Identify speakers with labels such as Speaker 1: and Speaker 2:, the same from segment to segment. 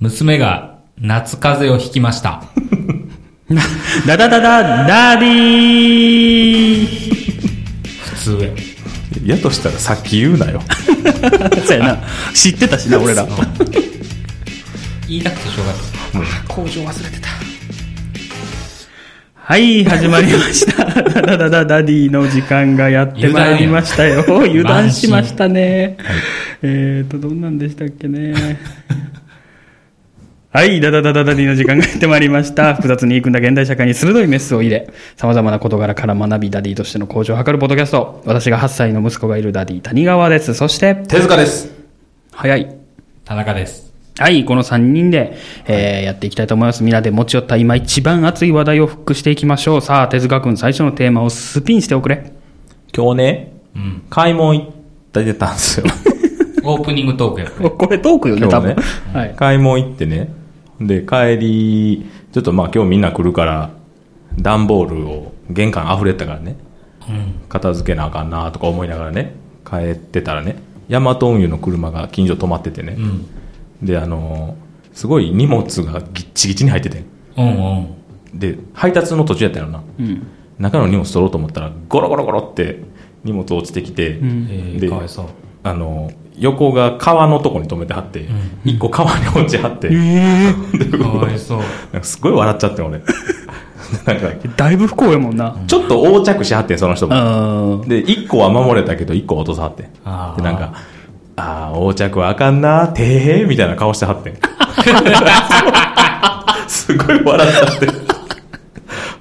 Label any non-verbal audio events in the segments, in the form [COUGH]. Speaker 1: 娘が夏風邪をひきました。
Speaker 2: ダダダダダーディー [LAUGHS]
Speaker 1: 普通や。
Speaker 3: やとしたらさっき言うなよ。
Speaker 2: そうやな。知ってたしな、俺ら。
Speaker 1: 言いたくてしょうがない。
Speaker 2: 工場忘れてた。はい、始まりました。ダダダダダディの時間がやってまいりましたよ。油断
Speaker 1: や
Speaker 2: しましたね。えーと、どんなんでしたっけね。はい、ダダダダダディの時間がやってまいりました。複雑にくんだ現代社会に鋭いメスを入れ、様々な事柄から学びダディとしての向上を図るポッドキャスト。私が8歳の息子がいるダディ谷川です。そして、
Speaker 3: 手塚です。
Speaker 2: 早い。
Speaker 1: 田中です。
Speaker 2: はい、この3人で、えーやっていきたいと思います。みんなで持ち寄った今一番熱い話題をフックしていきましょう。さあ、手塚くん、最初のテーマをスピンしておくれ。
Speaker 3: 今日ね、買い物行った出たんですよ。
Speaker 1: オープニングトークや。
Speaker 2: お [LAUGHS] これトークよね、
Speaker 3: 今
Speaker 2: 多
Speaker 3: 日
Speaker 2: 分。
Speaker 3: ね
Speaker 2: はい。
Speaker 3: 買い物行ってね。で、帰り、ちょっとまあ今日みんな来るから、段ボールを玄関溢れてたからね、
Speaker 1: うん。
Speaker 3: 片付けなあかんなとか思いながらね、帰ってたらね、ヤマト運輸の車が近所止まっててね
Speaker 1: う。ん。
Speaker 3: で、あのーすごい荷物がギッチギチに入っててん。
Speaker 1: うんうん。
Speaker 3: で、配達の途中やったよな。
Speaker 2: うん。
Speaker 3: 中の荷物取ろうと思ったら、ゴロゴロゴロって荷物落ちてきて、
Speaker 2: うん
Speaker 1: え
Speaker 3: で
Speaker 1: ー、かわいそう。
Speaker 3: あの、横が川のとこに止めてはって
Speaker 1: ん、
Speaker 3: 一、個川に落ちはって、で
Speaker 1: かわいそう。
Speaker 3: なんかすごい笑っちゃって俺。 [LAUGHS] なんか、
Speaker 2: だいぶ不幸やもんな。
Speaker 3: ちょっと横着しはってん、その人
Speaker 2: う
Speaker 3: も。
Speaker 2: ん。
Speaker 3: で、一個は守れたけど、一個は落とさはってん。で、
Speaker 1: あー
Speaker 3: なんか、ああ、横着はあかんな、てへへ、みたいな顔して
Speaker 2: [LAUGHS]
Speaker 3: はってん。すごい笑っちゃって。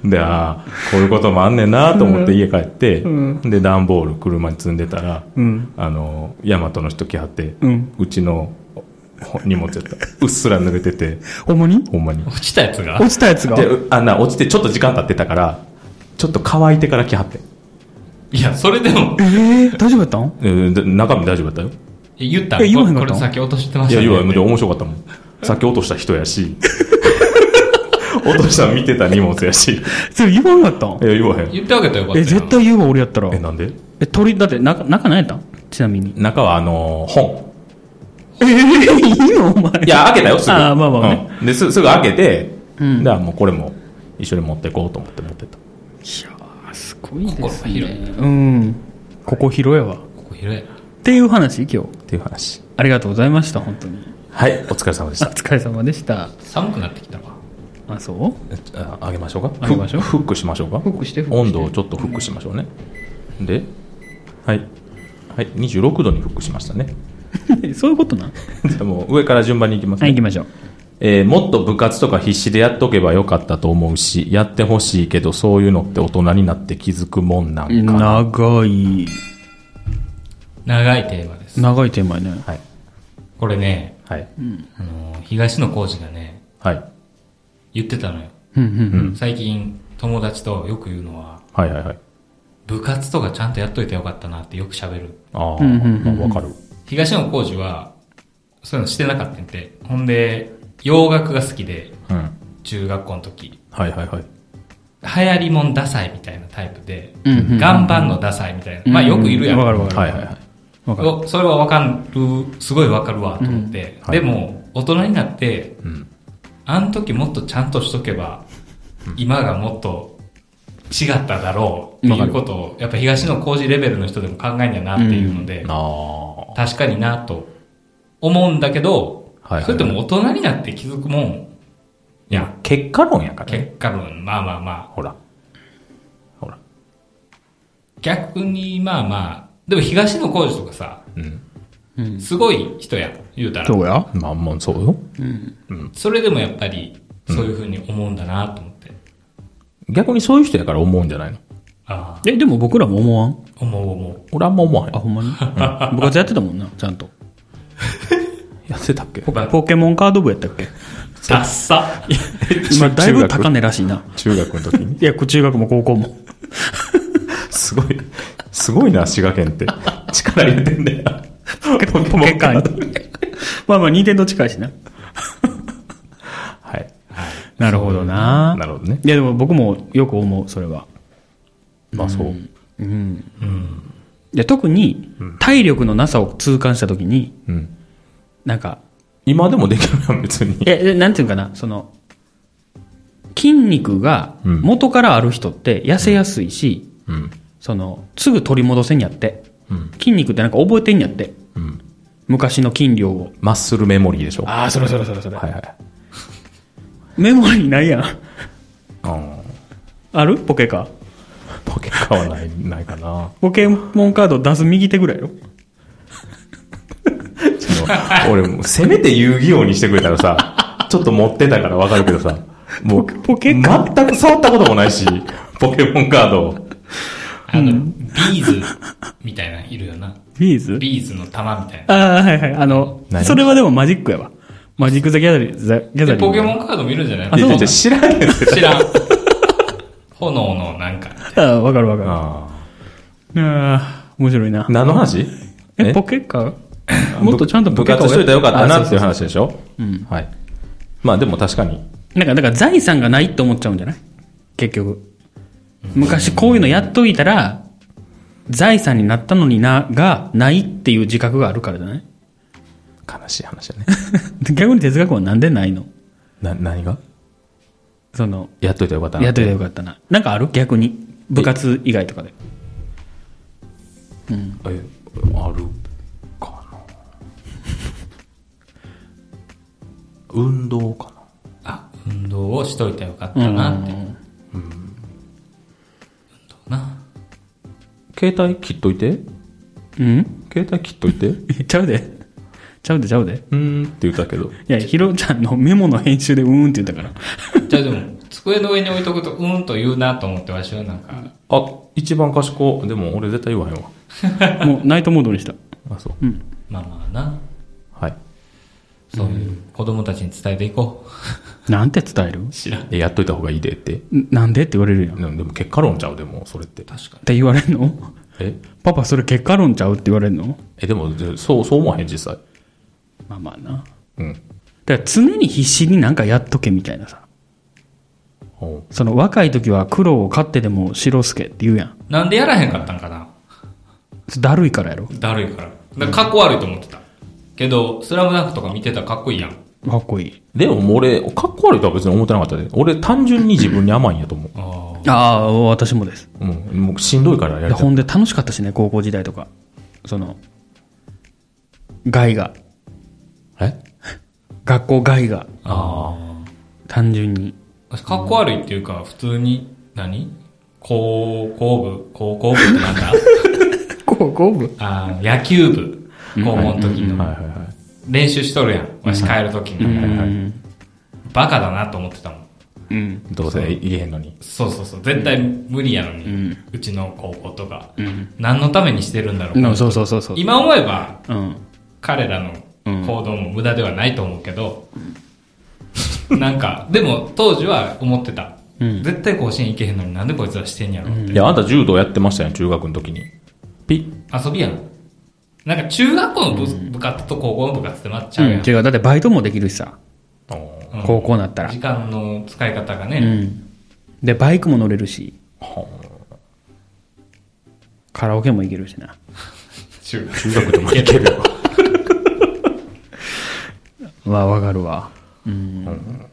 Speaker 3: で、ああ、こういうこともあんねんなと思って家帰って、
Speaker 2: うん
Speaker 3: で、段ボール車に積んでたら、
Speaker 2: うん。
Speaker 3: あの、ヤマトの人来はって、
Speaker 2: うん
Speaker 3: ちのほ荷物やった。うっすら濡れてて、
Speaker 2: ほんまに
Speaker 3: ほんまに。
Speaker 1: 落ちたやつが
Speaker 2: 落ちたやつが。
Speaker 3: で、うあんな、落ちてちょっと時間経ってたから、ちょっと乾いてから来はって。
Speaker 1: いや、それでも、
Speaker 2: えー、大丈夫やったん
Speaker 3: えーで中身大丈夫だったよ。
Speaker 1: え言った
Speaker 2: え言わへん
Speaker 1: こ
Speaker 2: かっ
Speaker 1: れ
Speaker 2: た
Speaker 1: これ先落としてま
Speaker 3: い
Speaker 1: した
Speaker 3: や、
Speaker 1: ね。
Speaker 3: 要は、で、面白かったもん。さっき落とした人や [LAUGHS] し、落とした見てた荷物やし、い
Speaker 2: それ言わんかったん
Speaker 3: や、言わへん。
Speaker 1: 言ってあげたらよかった
Speaker 2: え、
Speaker 1: よな
Speaker 2: 絶対言うわ、俺やったら
Speaker 3: え、。なんで
Speaker 2: え、鳥、だって中、中何やったんちなみに。
Speaker 3: 中はあのー本。
Speaker 2: えー、いいのお前。
Speaker 3: いや、開けたよ、すぐ。
Speaker 2: あーまあまあね
Speaker 3: うんです、すぐ開けて、
Speaker 2: うん
Speaker 3: だからもうこれも一緒に持ってこうと思って持ってった。
Speaker 2: いやーすごいで
Speaker 1: 心
Speaker 2: す
Speaker 1: が
Speaker 2: ね。
Speaker 1: 広い
Speaker 2: うん。ここ広いわ。っ
Speaker 1: ここ広い。
Speaker 2: ていう話、今日。
Speaker 3: っていう話。
Speaker 2: ありがとうございました、本当に。
Speaker 3: はい、お疲れ様でし
Speaker 2: お
Speaker 3: た。
Speaker 2: 疲れ様でした。
Speaker 1: 寒くなってきたわ。
Speaker 2: あ、そう
Speaker 3: ああげましょうか。
Speaker 2: あげましょう
Speaker 3: フフックしましょうか。
Speaker 2: フックしてフックして
Speaker 3: 温度をちょっとフックしましょうね。で、はい。はい、26度にフックしましたね。 [LAUGHS]
Speaker 2: そう [LAUGHS] いうことな。
Speaker 3: じゃあもう上から順番に行きます
Speaker 2: は
Speaker 3: ね。
Speaker 2: い、行きましょう。
Speaker 3: えーもっと部活とか必死でやっとけばよかったと思うし、やってほしいけど、そういうのって大人になって気づくもんなんかな。
Speaker 2: 長い、
Speaker 1: 長いテーマです。
Speaker 2: 長いテーマやね。
Speaker 3: はい。
Speaker 1: これね、
Speaker 3: はい。
Speaker 1: あのー、東野幸治がね、
Speaker 3: はい。
Speaker 1: 言ってたのよ。
Speaker 2: うんうん。
Speaker 1: 最近、友達とよく言うのは、
Speaker 3: はいはいはい。
Speaker 1: 部活とかちゃんとやっといてよかったなってよく喋る。
Speaker 3: ああ、
Speaker 2: うんうんうんうん
Speaker 3: まあわかる。
Speaker 1: 東野幸治は、そういうのしてなかったんで、ほんで、洋楽が好きで、
Speaker 3: うん。
Speaker 1: 中学校の時、
Speaker 3: はいはいはい。
Speaker 1: 流行りもんダサいみたいなタイプで、
Speaker 2: うんうんうん
Speaker 1: 岩盤のダサいみたいな。まあよくいるやん。
Speaker 2: わかるわかる。
Speaker 3: はいはいはい。
Speaker 2: わかる。
Speaker 1: おそれはわかる、すごいわかるわと思って。
Speaker 3: うんはい
Speaker 1: でも、大人になって、
Speaker 3: うん。
Speaker 1: あの時もっとちゃんとしとけば、今がもっと違っただろうっていうことを、やっぱ東野工事レベルの人でも考えんやなっていうので、
Speaker 3: ああ。
Speaker 1: 確かになと思うんだけど、
Speaker 3: はいはい
Speaker 1: それってもう大人になって気づくもん、
Speaker 3: いや、結果論やからね。
Speaker 1: 結果論、まあまあま
Speaker 3: ほら。ほら。
Speaker 1: あ、逆にまあまあ、でも東野工事とかさ、
Speaker 3: うん。
Speaker 2: うん。
Speaker 1: すごい人や、言うたら。
Speaker 2: そうや
Speaker 3: まあもうそうよ。
Speaker 2: うん。
Speaker 1: それでもやっぱり、そういうふうに思うんだなと思って。
Speaker 3: 逆にそういう人やから思うんじゃないの
Speaker 1: あ
Speaker 2: え、でも僕らも思わん
Speaker 1: あ、思う思う。
Speaker 3: 俺あんま思わへん
Speaker 2: あ、。ほんまに部活やってたもんな、ちゃんと。
Speaker 3: やってたっけ
Speaker 2: ポポケモンカード部やったっけ
Speaker 1: ダッサ
Speaker 2: [LAUGHS] 今、だいぶ
Speaker 3: 中
Speaker 2: 高
Speaker 3: 学
Speaker 2: 値らしいな。
Speaker 3: 中学の時
Speaker 2: [LAUGHS]
Speaker 3: に。
Speaker 2: いや、中学も高校も。
Speaker 3: すごい、すごいな、滋賀県って。力入れてんだよ。ポケ
Speaker 2: ポケカード
Speaker 3: モンカード。
Speaker 2: まあまあ、任天堂近いしな。
Speaker 3: はい。
Speaker 2: なるほどな。
Speaker 3: なるほどね。
Speaker 2: いや、でも僕もよく思う、それは。
Speaker 3: まあそう。
Speaker 2: うん。
Speaker 1: うん。
Speaker 2: いや、特に、体力のなさを痛感したときに、
Speaker 3: うん。
Speaker 2: なんか、
Speaker 3: 今でもできるやん、別に。
Speaker 2: え、でなんていうんかな、その、筋肉が
Speaker 3: うん
Speaker 2: 元からある人って痩せやすいし、
Speaker 3: うん。
Speaker 2: その、すぐ取り戻せんやって。
Speaker 3: うん。
Speaker 2: 筋肉ってなんか覚えてんやって。
Speaker 3: うん。
Speaker 2: 昔の筋量を。
Speaker 3: マッスルメモリーでしょ。
Speaker 2: あ
Speaker 3: は
Speaker 2: あ、それそれそれそれ。
Speaker 3: いはい。
Speaker 2: メモリーないやん。 [LAUGHS]
Speaker 3: うん。
Speaker 2: あるポケカ。
Speaker 3: ポケカはない、ないかな。
Speaker 2: ポケモンカード出す右手ぐらいよ。
Speaker 3: ちょっと俺も、せめて遊戯王にしてくれたらさ、ちょっと持ってたからわかるけどさ、もう、
Speaker 2: ポケカ
Speaker 3: 全く触ったこともないし、ポケモンカードを。
Speaker 1: あの、ビーズみたいなのいるよな。
Speaker 2: ビーズ
Speaker 1: ビーズの玉みたい
Speaker 2: ああ、はいはい。あの、
Speaker 3: 何
Speaker 2: それはでもマジックやわ。マジック・ザ・ギャザリング。ザギャ
Speaker 1: な。で、
Speaker 2: ザリング。
Speaker 1: ポケモンカード見るんじゃない
Speaker 2: あ
Speaker 3: い
Speaker 2: そう
Speaker 3: や
Speaker 2: なん
Speaker 3: いやい
Speaker 2: だ
Speaker 3: や知らんねんて。
Speaker 1: 知らん。炎のなんか。
Speaker 2: ああ、わかるわかる。あ
Speaker 3: あ
Speaker 2: あ、面白いな
Speaker 3: ー。何の話
Speaker 2: え、
Speaker 3: え
Speaker 2: ポケカもっとちゃんと
Speaker 3: 部
Speaker 2: ポケカを
Speaker 3: 活しといたらよかった
Speaker 2: あ
Speaker 3: な
Speaker 2: そう
Speaker 3: っていう話でしょはい。まあでも確かに。
Speaker 2: なんか、だから財産がないって思っちゃうんじゃない結局。昔こういうのやっといたら、財産になったのにな、が、ないっていう自覚があるからじゃない [LAUGHS]
Speaker 3: 悲しい話だね。
Speaker 2: 逆に哲学はなんでないの
Speaker 3: な、何が
Speaker 2: その、
Speaker 3: やっといたらよかったな。
Speaker 2: やっといたらよかったな。なんかある逆に。部活以外とかで。
Speaker 3: え、あるかな。 [LAUGHS] 運動かな。
Speaker 1: あ、運動をしといたらよかったなって。運動な。
Speaker 3: 携帯切っといて
Speaker 2: うん [LAUGHS]
Speaker 3: 携帯切っといてう
Speaker 2: えちゃうで。ちゃうで、ちゃうで。
Speaker 3: ーんって言ったけど。
Speaker 2: いや、ひろちゃんのメモの編集でうーんって言ったから。
Speaker 1: じゃあでも、机の上に置いとくと、うんと言うなと思って、わしはなんか、
Speaker 3: あ、一番賢い。でも俺絶対言わへんわ。
Speaker 2: もうナイトモードにした。
Speaker 3: あ、そう。
Speaker 1: まあまあな。
Speaker 3: はい。
Speaker 1: そういう子供たちに伝えていこ
Speaker 2: なんて伝える
Speaker 1: う。知らん。
Speaker 3: えやっといた方がいいでって。
Speaker 2: んなんでって言われるやん。っ
Speaker 3: でもでも結果論ちゃう、でも、それって。
Speaker 1: 確か
Speaker 2: て言われんの [LAUGHS]
Speaker 3: え
Speaker 2: パパそれ結果論ちゃうって言われんの
Speaker 3: え、でも、でそう、そう思わへん、実際。
Speaker 2: まあまあな。
Speaker 3: うん。
Speaker 2: だから常に必死になんかやっとけみたいなさ。
Speaker 3: おう
Speaker 2: その若い時は苦労を買ってでも白助って言うやん。
Speaker 1: に。なんでやらへんかったんかな
Speaker 2: それだるいからやろ。
Speaker 1: だるいから。だからかっこ悪いと思ってた。けど、スラムダンクとか見てたらかっこいいやん。
Speaker 2: かっこいい。
Speaker 3: でももう俺、かっこ悪いとは別に思ってなかったで。俺、単純に自分に甘いんやと思う。
Speaker 1: あ
Speaker 2: ああ、私もです。
Speaker 3: うん。もうしんどいからや
Speaker 2: で
Speaker 3: りたい。
Speaker 2: ほんで楽しかったしね、高校時代とか。その、害が。
Speaker 3: え
Speaker 2: 学校害が。
Speaker 1: あ。
Speaker 2: 単純に。
Speaker 1: 私、かっこ悪いっていうか、普通に何、高校部、高校部ってなんだ
Speaker 2: 高校部
Speaker 1: あー野球部、高校の時
Speaker 3: はい
Speaker 1: の。
Speaker 3: はいはい。
Speaker 1: 練習しとるやん。わし帰る時に。バカだなと思ってたもん。
Speaker 2: うん。
Speaker 3: どうせ言えへんのに。
Speaker 1: そうそうそう。絶対無理やのに。うちの高校とか。何のためにしてるんだろう。
Speaker 2: うん、そうそうそうそう。
Speaker 1: 今思えば、
Speaker 2: うん。
Speaker 1: 彼らの行動も無駄ではないと思うけど、なんか、でも当時は思ってた。
Speaker 2: うん
Speaker 1: 絶対甲子園行けへんのになんでこいつらしてんやろって。
Speaker 3: いや、あんた柔道やってましたよね、中学の時に。ピッ。
Speaker 1: 遊びやん。なんか中学校の部,、部活と高校の部活ってまっちゃうやん。
Speaker 2: 違う。だってバイトもできるしさ。
Speaker 3: おー
Speaker 1: うん
Speaker 2: 高校になったら
Speaker 1: 時間の使い方が
Speaker 2: う
Speaker 1: ね、
Speaker 2: ん。で、バイクも乗れるし。
Speaker 3: は
Speaker 2: カラオケも行けるしな。
Speaker 1: 中学。
Speaker 3: 中学でもいけるよ。
Speaker 2: わあ、わかるわ。うん。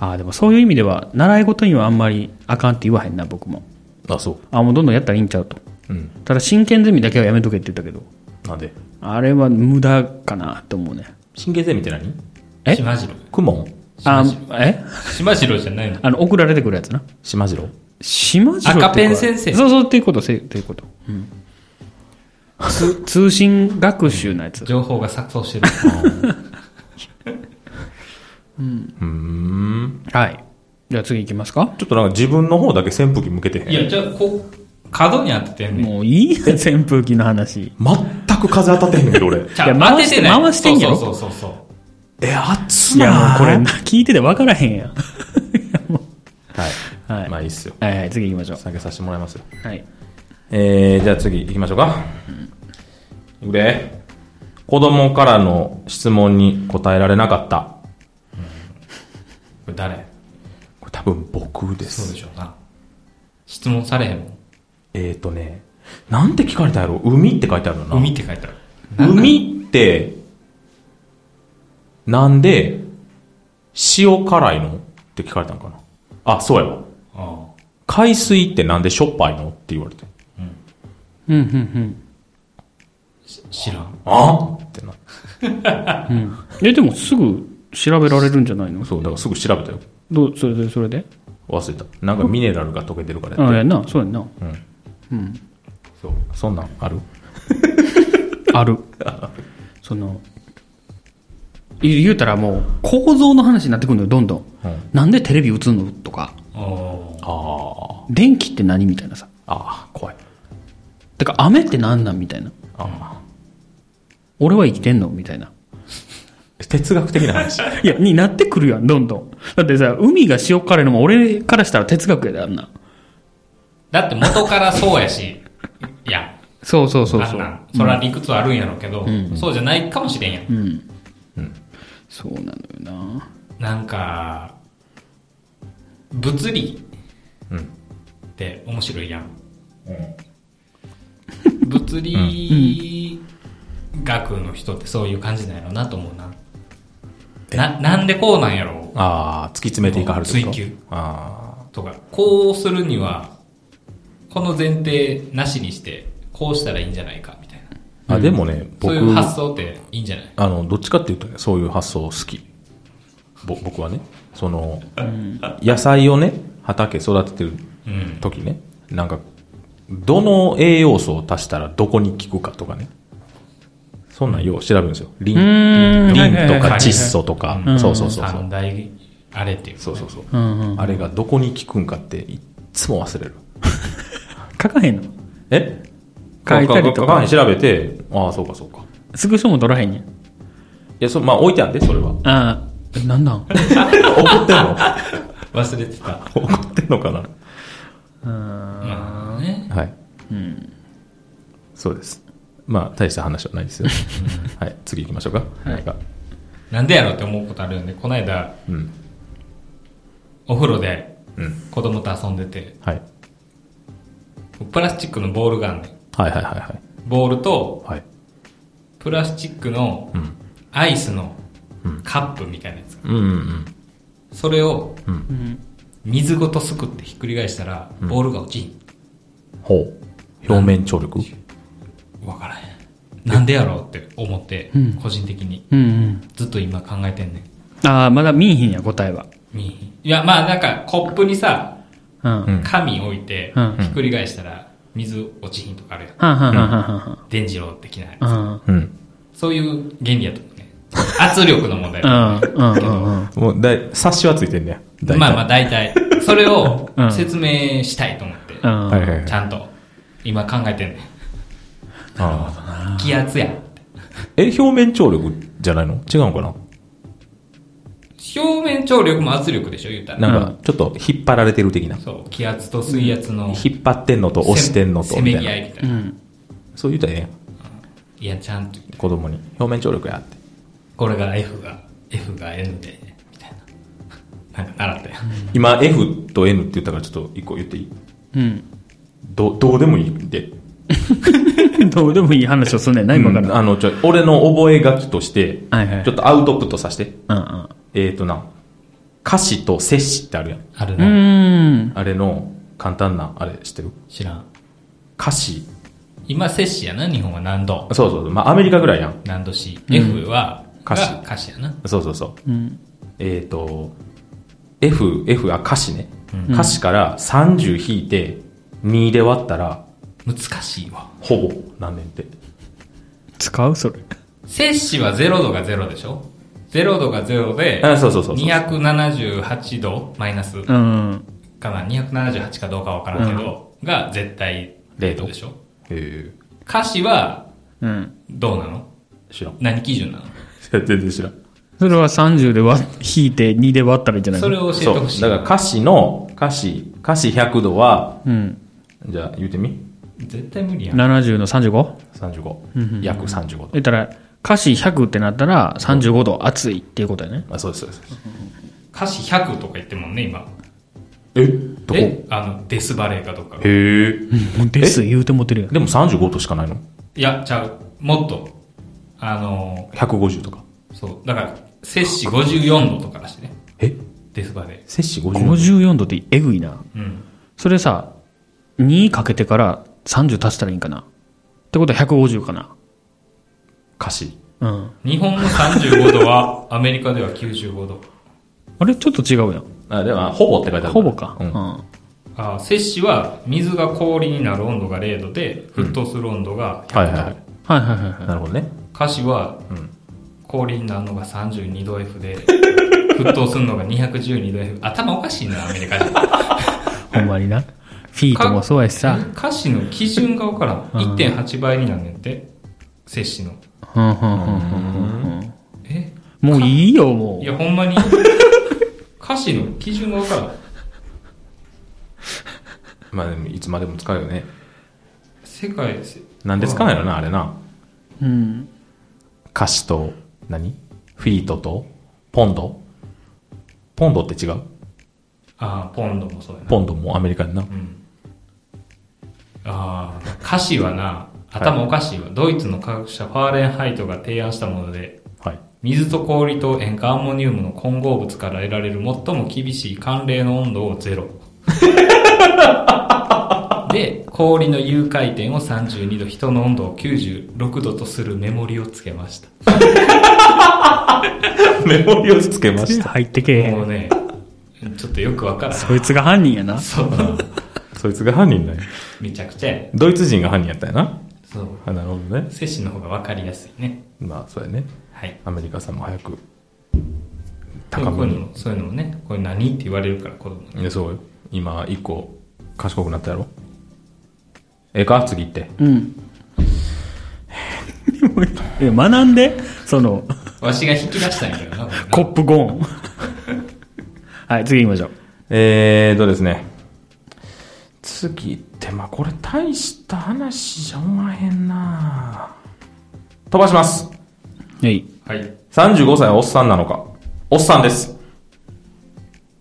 Speaker 2: ああ、でもそういう意味では、習い事にはあんまりあかんって言わへんな、僕も。
Speaker 3: あ、そ
Speaker 2: あもうどんどんやったらいいんちゃうと。
Speaker 3: う。うん。
Speaker 2: ただ、真剣ゼミだけはやめとけって言ったけど、
Speaker 3: なんで
Speaker 2: あれは無駄かなと思うね。
Speaker 3: 神経ゼミって何
Speaker 2: え
Speaker 1: 島城。
Speaker 3: クモン
Speaker 2: あ、え
Speaker 1: 島城じゃないの。
Speaker 2: あの、送られてくるやつな。
Speaker 3: 島次郎
Speaker 2: 島城
Speaker 1: 赤ペン先生
Speaker 2: そうそう、っていうこと、せっていうこと。うん。つ通信学習のやつ。
Speaker 1: 情報が錯綜してる。
Speaker 3: うーん。
Speaker 2: はい。じゃあ次行きますか。
Speaker 3: ちょっとなんか自分の方だけ扇風機向けてへん。
Speaker 1: いや、じゃあ、こう、角に当ててんねん。
Speaker 2: もういいや、 [LAUGHS] 扇風機の話。
Speaker 3: 全く風当たってへんねんけど俺。
Speaker 1: ちゃ
Speaker 2: いや
Speaker 1: う
Speaker 2: 回
Speaker 1: 当ててない。
Speaker 2: 回してんやろ
Speaker 1: そうそうそうそう。
Speaker 3: え、熱
Speaker 2: いや、もうこれな、聞いてて分からへんやん。
Speaker 3: はい。
Speaker 2: はい
Speaker 3: まあいいっすよ。
Speaker 2: はいはい、次行きましょ
Speaker 3: 下げさせてもらいますよ。
Speaker 2: う。はい。
Speaker 3: えー、じゃあ次行きましょうか。いくで。子供からの質問に答えられなかった。
Speaker 1: これ誰
Speaker 3: これ多分僕で
Speaker 1: そう
Speaker 3: す。
Speaker 1: でしょうな。質問されへんもん。
Speaker 3: えーとね、なんて聞かれたんやろ海って書いてあるよな。
Speaker 1: 海って書いてある。
Speaker 3: 海って、なんで、塩辛いのって聞かれたのかな。あ、そうやわ。
Speaker 1: あ
Speaker 3: 海水ってなんでしょっぱいのって言われて。
Speaker 2: うん、うん、
Speaker 1: あ知らん。
Speaker 3: あってな
Speaker 2: うん。え、でもすぐ調べられるんじゃないの
Speaker 3: そう、だからすぐ調べたよ。
Speaker 2: どう、それで、それで
Speaker 3: 忘れた。なんかミネラルが溶けてるからや
Speaker 2: あ
Speaker 3: っ
Speaker 2: あ、
Speaker 3: て。
Speaker 2: やんな、そうやんな。
Speaker 3: そう。そんなんある
Speaker 2: ある。 [LAUGHS] その、い言うたらもう、構造の話になってくるのよ、どんどん。
Speaker 3: うん
Speaker 2: なんでテレビ映んのとか、
Speaker 1: おー
Speaker 3: あ
Speaker 2: 電気って何みたいなさ。
Speaker 3: あ。ああ、怖い。
Speaker 2: てか、雨って何なんみたいな。
Speaker 3: あ
Speaker 2: 俺は生きてんのみたいな。
Speaker 3: あ。哲学的な
Speaker 1: [LAUGHS]
Speaker 3: 話。
Speaker 2: いや、になってくるやん、どんどん。だってさ、海が塩辛いのも俺からしたら哲学やで、あんな。
Speaker 1: だって元からそうやし、いや、
Speaker 2: そうそうそう
Speaker 1: あ
Speaker 2: そ
Speaker 1: んな。
Speaker 2: うん
Speaker 1: それは理屈あるんやろうけど、そうじゃないかもしれんやん。
Speaker 2: そうなのよな。
Speaker 1: なんか、物理
Speaker 3: うん
Speaker 1: って面白いやん。物理学の人ってそういう感じなんやろうなと思うな。な、なんでこうなんやろ
Speaker 3: ああ、突き詰めていかはるってこと
Speaker 1: 追求。
Speaker 3: あ
Speaker 1: うとか、こうするには、この前提なしにして、こうしたらいいんじゃないか、みたいな。
Speaker 3: あ。あ、でもね、
Speaker 1: そう
Speaker 3: 僕
Speaker 1: いう発想っていいんじゃない
Speaker 3: あの、どっちかっていうとね、そういう発想好き。ぼ僕はね、その、野菜をね、畑育ててる
Speaker 1: うん。
Speaker 3: 時ね、なんか、どの栄養素を足したらどこに効くかとかね。そんなんよう調べるんですよ。リン、
Speaker 2: うーん
Speaker 3: リン
Speaker 2: はいはいはい
Speaker 3: と
Speaker 2: は
Speaker 3: か
Speaker 2: い
Speaker 3: 窒素とか
Speaker 1: う、ん
Speaker 3: そうそうそうそう。
Speaker 1: 三大、あれっていう。
Speaker 3: そうそうそう。
Speaker 2: うんうん。
Speaker 3: あれがどこに効くんかって、いっつも忘れる。
Speaker 2: 書かへんの
Speaker 3: え
Speaker 2: 書いたりとか
Speaker 3: か調べて、ああ、そうかそうか。
Speaker 2: スクショも取らへんねん。
Speaker 3: いや、そまあ置いてあって、
Speaker 2: [LAUGHS]
Speaker 3: それは。
Speaker 2: ああ、えなんなん
Speaker 3: 怒ってんの
Speaker 1: 忘れてた。
Speaker 3: 怒ってんのかな
Speaker 1: まあね。
Speaker 3: はい。そうです。まあ、大した話はないですよ。はい。次行きましょうか。なんか
Speaker 1: なんでやろうって思うことあるよね。この間、
Speaker 3: うん。
Speaker 1: お風呂で
Speaker 3: うん。
Speaker 1: 子供と遊んでて、
Speaker 3: はい。
Speaker 1: プラスチックのボールガンで、
Speaker 3: はいはいはいはい。
Speaker 1: ボールと
Speaker 3: はい。
Speaker 1: プラスチックの
Speaker 3: うん。
Speaker 1: アイスの
Speaker 3: うん
Speaker 1: カップみたいなやつ。
Speaker 3: うんうん
Speaker 1: それを
Speaker 3: うん。うん。
Speaker 1: 水ごとすくってひっくり返したら、
Speaker 3: ん
Speaker 1: ボールが落ちん。
Speaker 3: ほう。表面張力
Speaker 1: わからへん。なんでやろうって思って
Speaker 2: うん、
Speaker 1: 個人的に。
Speaker 2: うんうん。
Speaker 1: ずっと今考えてんねん。
Speaker 2: ああ、まだ見えへんや、答えは。
Speaker 1: 見えへんいや、まあなんかコップにさ、
Speaker 2: うん。
Speaker 3: うん
Speaker 1: 紙置いて
Speaker 2: うん、
Speaker 1: ひっくり返したら水落ちひんとかあるやん。
Speaker 2: はんはんはんはんはんはん
Speaker 1: 電磁炉的な。
Speaker 2: うん
Speaker 3: うん。
Speaker 1: そういう原理やと思うね。圧力の問題。
Speaker 2: うんうんうんうん
Speaker 3: もう、だい、察しはついてんねや。大体
Speaker 1: まあまあ大体。それを
Speaker 2: うん
Speaker 1: 説明したいと思って。
Speaker 2: うん
Speaker 3: はいはいはい
Speaker 1: ち。ゃんと。今考えてんね
Speaker 3: ああ
Speaker 1: ん。気圧や。
Speaker 3: え、表面張力じゃないの違うのかな
Speaker 1: 表面張力も圧力でしょ言うたら。
Speaker 3: なんか、ちょっと引っ張られてる的な。
Speaker 1: そう。気圧と水圧の。
Speaker 3: 引っ張ってんのと押してんのと、
Speaker 1: せ
Speaker 3: み
Speaker 1: め
Speaker 3: た
Speaker 1: せ
Speaker 3: い
Speaker 1: めぎ合
Speaker 3: な。
Speaker 1: いみた
Speaker 2: う
Speaker 1: いな。
Speaker 2: ん
Speaker 3: そう言うたらええやん。
Speaker 1: いや、ちゃんと。
Speaker 3: 子供に。表面張力やって。
Speaker 1: これが F が、F が N で、みたいな。なんか習ったよ。
Speaker 3: 今、F と N って言ったから、ちょっと一個言っていい
Speaker 2: うん。
Speaker 3: ど、どうでもいいんで。
Speaker 2: どうでもいい話をすんねんな、今か
Speaker 3: うん
Speaker 2: ら。
Speaker 3: あの、ちょ、俺の覚え書きとして、
Speaker 2: はいはい
Speaker 3: ちょっとアウトプットさせて。
Speaker 2: うん
Speaker 3: えーとな、歌詞と摂氏ってあるやん。
Speaker 1: ある
Speaker 2: う
Speaker 1: な。
Speaker 2: ん。うん。
Speaker 3: あれの、簡単な、あれ知ってる
Speaker 1: 知らん。
Speaker 3: 歌詞。
Speaker 1: 今、摂氏やな、日本は何度
Speaker 3: そう。そうそう。まあ、アメリカぐらいやん。
Speaker 1: 何度 C。F は、
Speaker 3: 歌詞
Speaker 1: が歌詞やな。
Speaker 3: そうそうそう。
Speaker 2: うん。
Speaker 3: えーと、F、F は歌詞ね。
Speaker 1: うん
Speaker 3: 歌詞から30引いて、2で割ったら、
Speaker 1: 難しいわ。
Speaker 3: ほぼ、何年って。
Speaker 2: 使うそれ。
Speaker 1: 摂氏は0度が0でしょ ?0 度が0で、
Speaker 3: あ、そうそうそうそう。
Speaker 1: 278度マイナス
Speaker 2: うん。
Speaker 1: かな ?278 かどうかわからんけど、が絶対0度でしょ
Speaker 3: え
Speaker 1: 歌詞は
Speaker 2: うん。
Speaker 1: どうなの
Speaker 3: ー、知らん。 [LAUGHS]
Speaker 1: 何基準なの
Speaker 3: 全然知らん。
Speaker 2: それは30で割、引いて2で割ったらいいんじゃない
Speaker 1: それ
Speaker 2: の
Speaker 1: を教えて
Speaker 3: そう。
Speaker 1: ほしい。
Speaker 3: だから歌詞の、歌詞、歌詞100度は、
Speaker 2: うん。
Speaker 3: じゃあ言うてみ
Speaker 1: 絶対無理やん。
Speaker 2: 70の 35?
Speaker 3: 35。約35度。
Speaker 2: 言ったら、歌詞100ってなったら35度熱いっていうことやね。
Speaker 3: あ、そうです、そうです。
Speaker 1: 歌詞100とか言ってんもんね、今。
Speaker 3: えどこ
Speaker 1: えあの、デスバレーかとか。
Speaker 3: へえ。
Speaker 2: です、言うてもてるやん。
Speaker 3: でも35度しかないの
Speaker 1: いや、ちゃう。もっと。あの
Speaker 3: ?150 とか。
Speaker 1: ー、そう。だから、摂氏54度とからしてね。
Speaker 3: え
Speaker 1: デスバで。
Speaker 3: 摂氏50
Speaker 2: 54度ってえぐいな。
Speaker 1: うん。
Speaker 2: それさ、2かけてから30足したらいいんかな。ってことは150かな。
Speaker 3: かし。
Speaker 2: うん。
Speaker 1: 日本の35度は、アメリカでは95度。
Speaker 2: あれちょっと違うやん。
Speaker 3: あ、では、ほぼって書いてある。
Speaker 2: ほぼか。
Speaker 3: う。
Speaker 2: うんん。
Speaker 1: あー摂氏は、水が氷になる温度が0度で、沸騰する温度が100度。
Speaker 3: はいはいはい。
Speaker 2: はいはいはいはい。
Speaker 3: なるほどね。
Speaker 1: 歌詞は、氷になるのが32度 F で、沸騰するのが212度 F。頭おかしいな、アメリカ
Speaker 2: [LAUGHS]
Speaker 1: 人。
Speaker 2: ほんまにな。フィートもそうやしさ。
Speaker 1: 歌詞の基準がわからん。
Speaker 2: うん
Speaker 1: 1.8倍になんねんって。摂氏の。
Speaker 2: うんうんうんうんうんうん。
Speaker 1: え
Speaker 2: もういいよ、も。
Speaker 1: いうや、ほんまに。 [LAUGHS] 歌詞の基準がわからん。
Speaker 3: まあ、でもいつまでも使うよね。
Speaker 1: 世界、せ
Speaker 3: なんで使うんやろな、あれな。
Speaker 2: うん。
Speaker 3: 歌詞と、何フィートと、ポンドポンドって違う
Speaker 1: ああ、ポンドもそうやな。
Speaker 3: ポンドもアメリカにな。
Speaker 1: うん。ああ、歌詞はな、頭おかしいわ。ドイツの科学者ファーレンハイトが提案したもので、
Speaker 3: はい。 [LAUGHS]
Speaker 1: 水と氷と塩化アンモニウムの混合物から得られる最も厳しい寒冷の温度をゼロ。
Speaker 3: [LAUGHS]
Speaker 1: で、氷の融解点を32度、人の温度を96度とするメモリをつけました。
Speaker 3: メモリをつけました。
Speaker 2: 入ってけえへ
Speaker 1: も
Speaker 2: ん。
Speaker 1: うね、ちょっとよくわからん。
Speaker 2: そいつが犯人やな。
Speaker 1: そうなの。
Speaker 3: そいつが犯人だよ。
Speaker 1: めちゃくちゃや。
Speaker 3: ドイツ人が犯人やったよな。
Speaker 1: そう。
Speaker 3: あなるほどね。
Speaker 1: 精神の方がわかりやすいね。
Speaker 3: まあ、そうやね。
Speaker 1: はい。
Speaker 3: アメリカさんも早く、
Speaker 1: 高
Speaker 3: 高
Speaker 1: こう
Speaker 3: め
Speaker 1: い
Speaker 3: に
Speaker 1: うのも、そういうのもね、これ何って言われるから子供に。
Speaker 3: いや、そうよ。今、一個、賢くなったやろええか次行って。
Speaker 2: [LAUGHS] うん。いや学んで、その、
Speaker 1: わしが引き出したんやけどな。これな
Speaker 2: コップゴー [LAUGHS] ン。はい、次行きましょう。
Speaker 3: えーとですね。次って、まあ、これ大した話じゃおまへんな飛ばします。
Speaker 2: はい。
Speaker 1: はい。
Speaker 3: 35歳はおっさんなのか。おっさんです。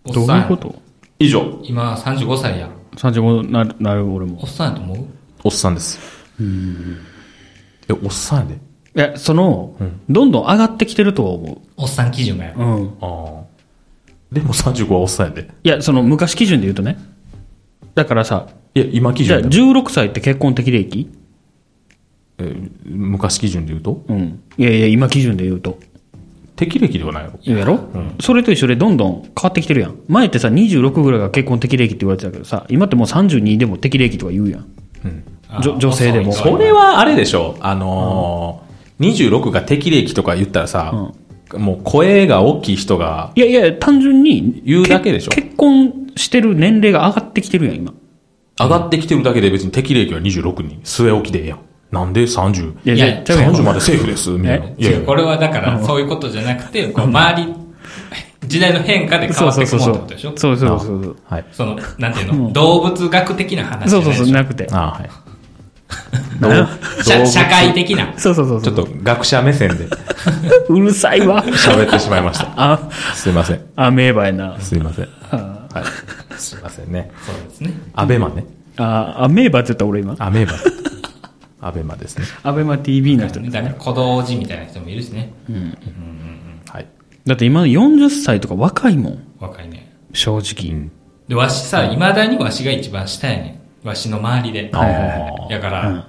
Speaker 1: お
Speaker 2: ど
Speaker 1: っ
Speaker 2: う
Speaker 1: さん
Speaker 2: いう
Speaker 1: や
Speaker 2: こと
Speaker 3: 以上。
Speaker 1: 今35歳やん。
Speaker 2: ?35 なる、なる俺も
Speaker 1: おっ。さんやと思う
Speaker 3: おっさんです。え、おっさんやで。
Speaker 2: いや、その、どんどん上がってきてるとは思
Speaker 1: おっさん基準がや
Speaker 2: う。うん。
Speaker 3: ああ。でも35はおっさんやで。
Speaker 2: いや、その昔基準で言うとね。だからさ、
Speaker 3: いや、今基
Speaker 2: じゃあ
Speaker 3: 準で。
Speaker 2: 16歳って結婚適齢期
Speaker 3: え昔基準で言うと
Speaker 2: うん。いやいや、今基準で言うと。
Speaker 3: 適齢期ではないやろ。
Speaker 2: 言うやろ、それと一緒でどんどん変わってきてるやん。前ってさ、26ぐらいが結婚適齢期って言われてたけどさ、今ってもう32でも適齢期とか言うやん。
Speaker 1: あー
Speaker 2: じょ女性でも
Speaker 1: 遅い
Speaker 3: それはあれでしょあのー26が適齢期とか言ったらさ、もう声が大きい人が、
Speaker 2: いやいや、単純に。
Speaker 3: 言うだけでしょ
Speaker 2: け結婚してる年齢が上がってきてるやん、今。
Speaker 3: 上がってきてるだけで別に適齢期は26に据え置きでええやん。なんで 30?
Speaker 2: いや
Speaker 1: いや
Speaker 2: じゃあ
Speaker 3: 30までセーフです、みたいな。
Speaker 2: え
Speaker 3: いやい
Speaker 1: 違
Speaker 3: や
Speaker 1: う、これはだから、そういうことじゃなくて、こう周り、時代の変化で変
Speaker 2: そう
Speaker 1: わっ
Speaker 2: そ
Speaker 1: て
Speaker 2: う
Speaker 1: いく
Speaker 2: そう
Speaker 1: も
Speaker 2: そ
Speaker 1: んっ
Speaker 2: う
Speaker 1: てことでしょ。
Speaker 2: そうそうそうそう。
Speaker 3: はい。
Speaker 1: その、なんていうの、動物学的な話じ
Speaker 2: そ
Speaker 1: ゃ
Speaker 2: う
Speaker 1: ない
Speaker 2: そう
Speaker 1: でしょ。
Speaker 2: そう、なくて。
Speaker 3: ああ、はい。
Speaker 2: な
Speaker 3: [LAUGHS]
Speaker 1: 社社会的な。
Speaker 2: そうそうそう
Speaker 3: ち
Speaker 2: そ
Speaker 3: ょっ
Speaker 2: う。
Speaker 3: と学者目線で
Speaker 2: うるさいわ。
Speaker 3: 喋ってしまいまし [LAUGHS] た。
Speaker 2: あ、
Speaker 3: すいません。
Speaker 2: あ、名馬やな。
Speaker 3: すいません。はい。すいませんね。
Speaker 1: そうですね。
Speaker 3: アベマね。
Speaker 2: あ、あ、名馬って言った俺今。
Speaker 3: アメーバ。アベマですね。
Speaker 2: アベマ TV の人ね
Speaker 1: だから、小道寺みたいな人もいるしね。
Speaker 3: はい。
Speaker 2: だって今40歳とか若いもん。
Speaker 1: 若いね。
Speaker 2: 正直。
Speaker 1: で、わしさ、未だにわしが一番下やねん。わしの周りで。
Speaker 3: はいはいはい
Speaker 1: だか
Speaker 2: うん
Speaker 1: ら、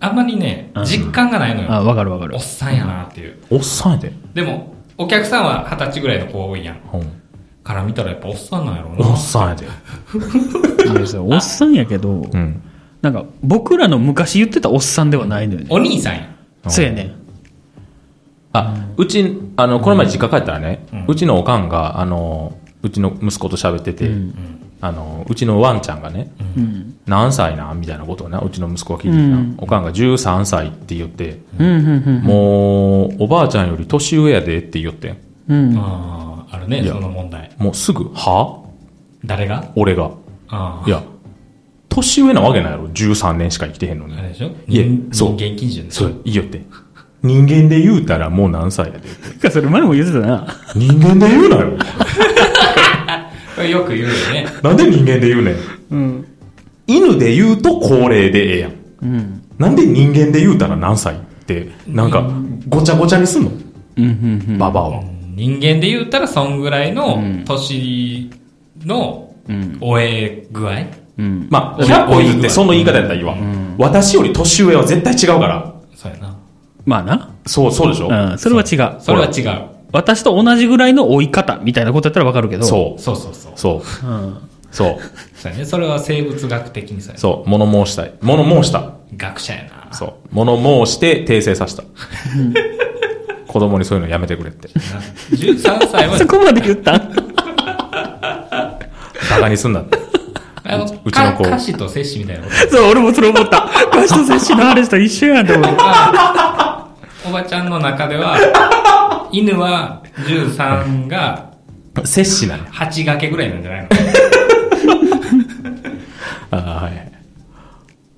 Speaker 1: あんまりね、実感がないの
Speaker 2: あ、
Speaker 1: よ。
Speaker 2: わかるわかる
Speaker 1: おっ。さんやなっていう。
Speaker 3: おっさんやで。
Speaker 1: でも、お客さんは二十歳ぐらいの子多いやん。
Speaker 3: うん
Speaker 1: から見たらやっぱおっさんなんやろうな。
Speaker 3: おっさんやで。
Speaker 2: いやそうおっさんやけど、
Speaker 3: うん。
Speaker 2: なんか僕らの昔言ってたおっさんではないのよね。
Speaker 1: お兄さんや。
Speaker 2: そうやね。
Speaker 3: あ、うち、あの、この前実家帰ったらね、
Speaker 1: う
Speaker 3: うんちのおかんが、あの、うちの息子と喋ってて、あの、うちのワンちゃんがね、
Speaker 2: うん。
Speaker 3: 何歳なんみたいなことをね、うちの息子が聞いてきた、
Speaker 2: うん
Speaker 3: おかんが13歳って言って、
Speaker 2: うん、うん、
Speaker 3: もう、おばあちゃんより年上やでって言ってん
Speaker 2: うん。うん。
Speaker 1: ああ、あるね、その問題。
Speaker 3: もうすぐ、は
Speaker 1: 誰が
Speaker 3: 俺が。
Speaker 1: ああ。
Speaker 3: いや、年上なわけないやろ、13年しか生きてへんのに
Speaker 1: あ。れでしょ
Speaker 3: いや
Speaker 1: 人
Speaker 3: そう
Speaker 1: 人間基準でし
Speaker 3: そ
Speaker 1: ょ
Speaker 3: れ、いいよって。人間で言うたらもう何歳やで。
Speaker 2: なんかそれ前も言ってたな。
Speaker 3: 人間で言うなよ。
Speaker 1: これよく言うよね。
Speaker 3: なんで人間で言うねん。
Speaker 2: うん。
Speaker 3: 犬で言うと高齢でええやん。
Speaker 2: うん。
Speaker 3: なんで人間で言うたら何歳って、なんか、ごちゃごちゃにすんの
Speaker 2: うんうんうん。
Speaker 3: ババア
Speaker 1: う
Speaker 3: は。
Speaker 1: ん人間で言ったらそんぐらいの
Speaker 2: うん
Speaker 1: 年の
Speaker 2: うん。
Speaker 1: 終え具合、
Speaker 2: うん。
Speaker 3: まあ、
Speaker 1: うん
Speaker 3: 100歩譲ってその言い方やったらいいわ。私より年上は絶対違うから。
Speaker 1: そうやな。
Speaker 2: まあな。
Speaker 3: そう、そうでしょ
Speaker 2: うん。それは違う。
Speaker 1: それは違う。
Speaker 2: 私と同じぐらいの追い方みたいなことやったらわかるけど。
Speaker 3: そ
Speaker 1: そうそうそう
Speaker 3: う。。そ
Speaker 2: う。
Speaker 3: う。
Speaker 2: うん。
Speaker 3: そう。
Speaker 1: そうやね。それは生物学的にそうやね
Speaker 3: そう。物申したい。物申した。
Speaker 1: 学者やな。
Speaker 3: そう。物申して訂正させた。子供にそういうのやめてくれって。
Speaker 1: な13歳は
Speaker 2: そ、こまで言った
Speaker 3: バカにすんなって。
Speaker 1: あの、
Speaker 3: うちの子
Speaker 1: か歌詞と摂氏みたいなこと。
Speaker 2: [LAUGHS] そう、俺もそれ思った。歌手と接しのあれと一緒やんって思う。
Speaker 1: おばちゃんの中では、犬は13が
Speaker 3: 摂氏なの。
Speaker 1: 8掛けぐらいなんじゃないの
Speaker 3: ああ、はいはい。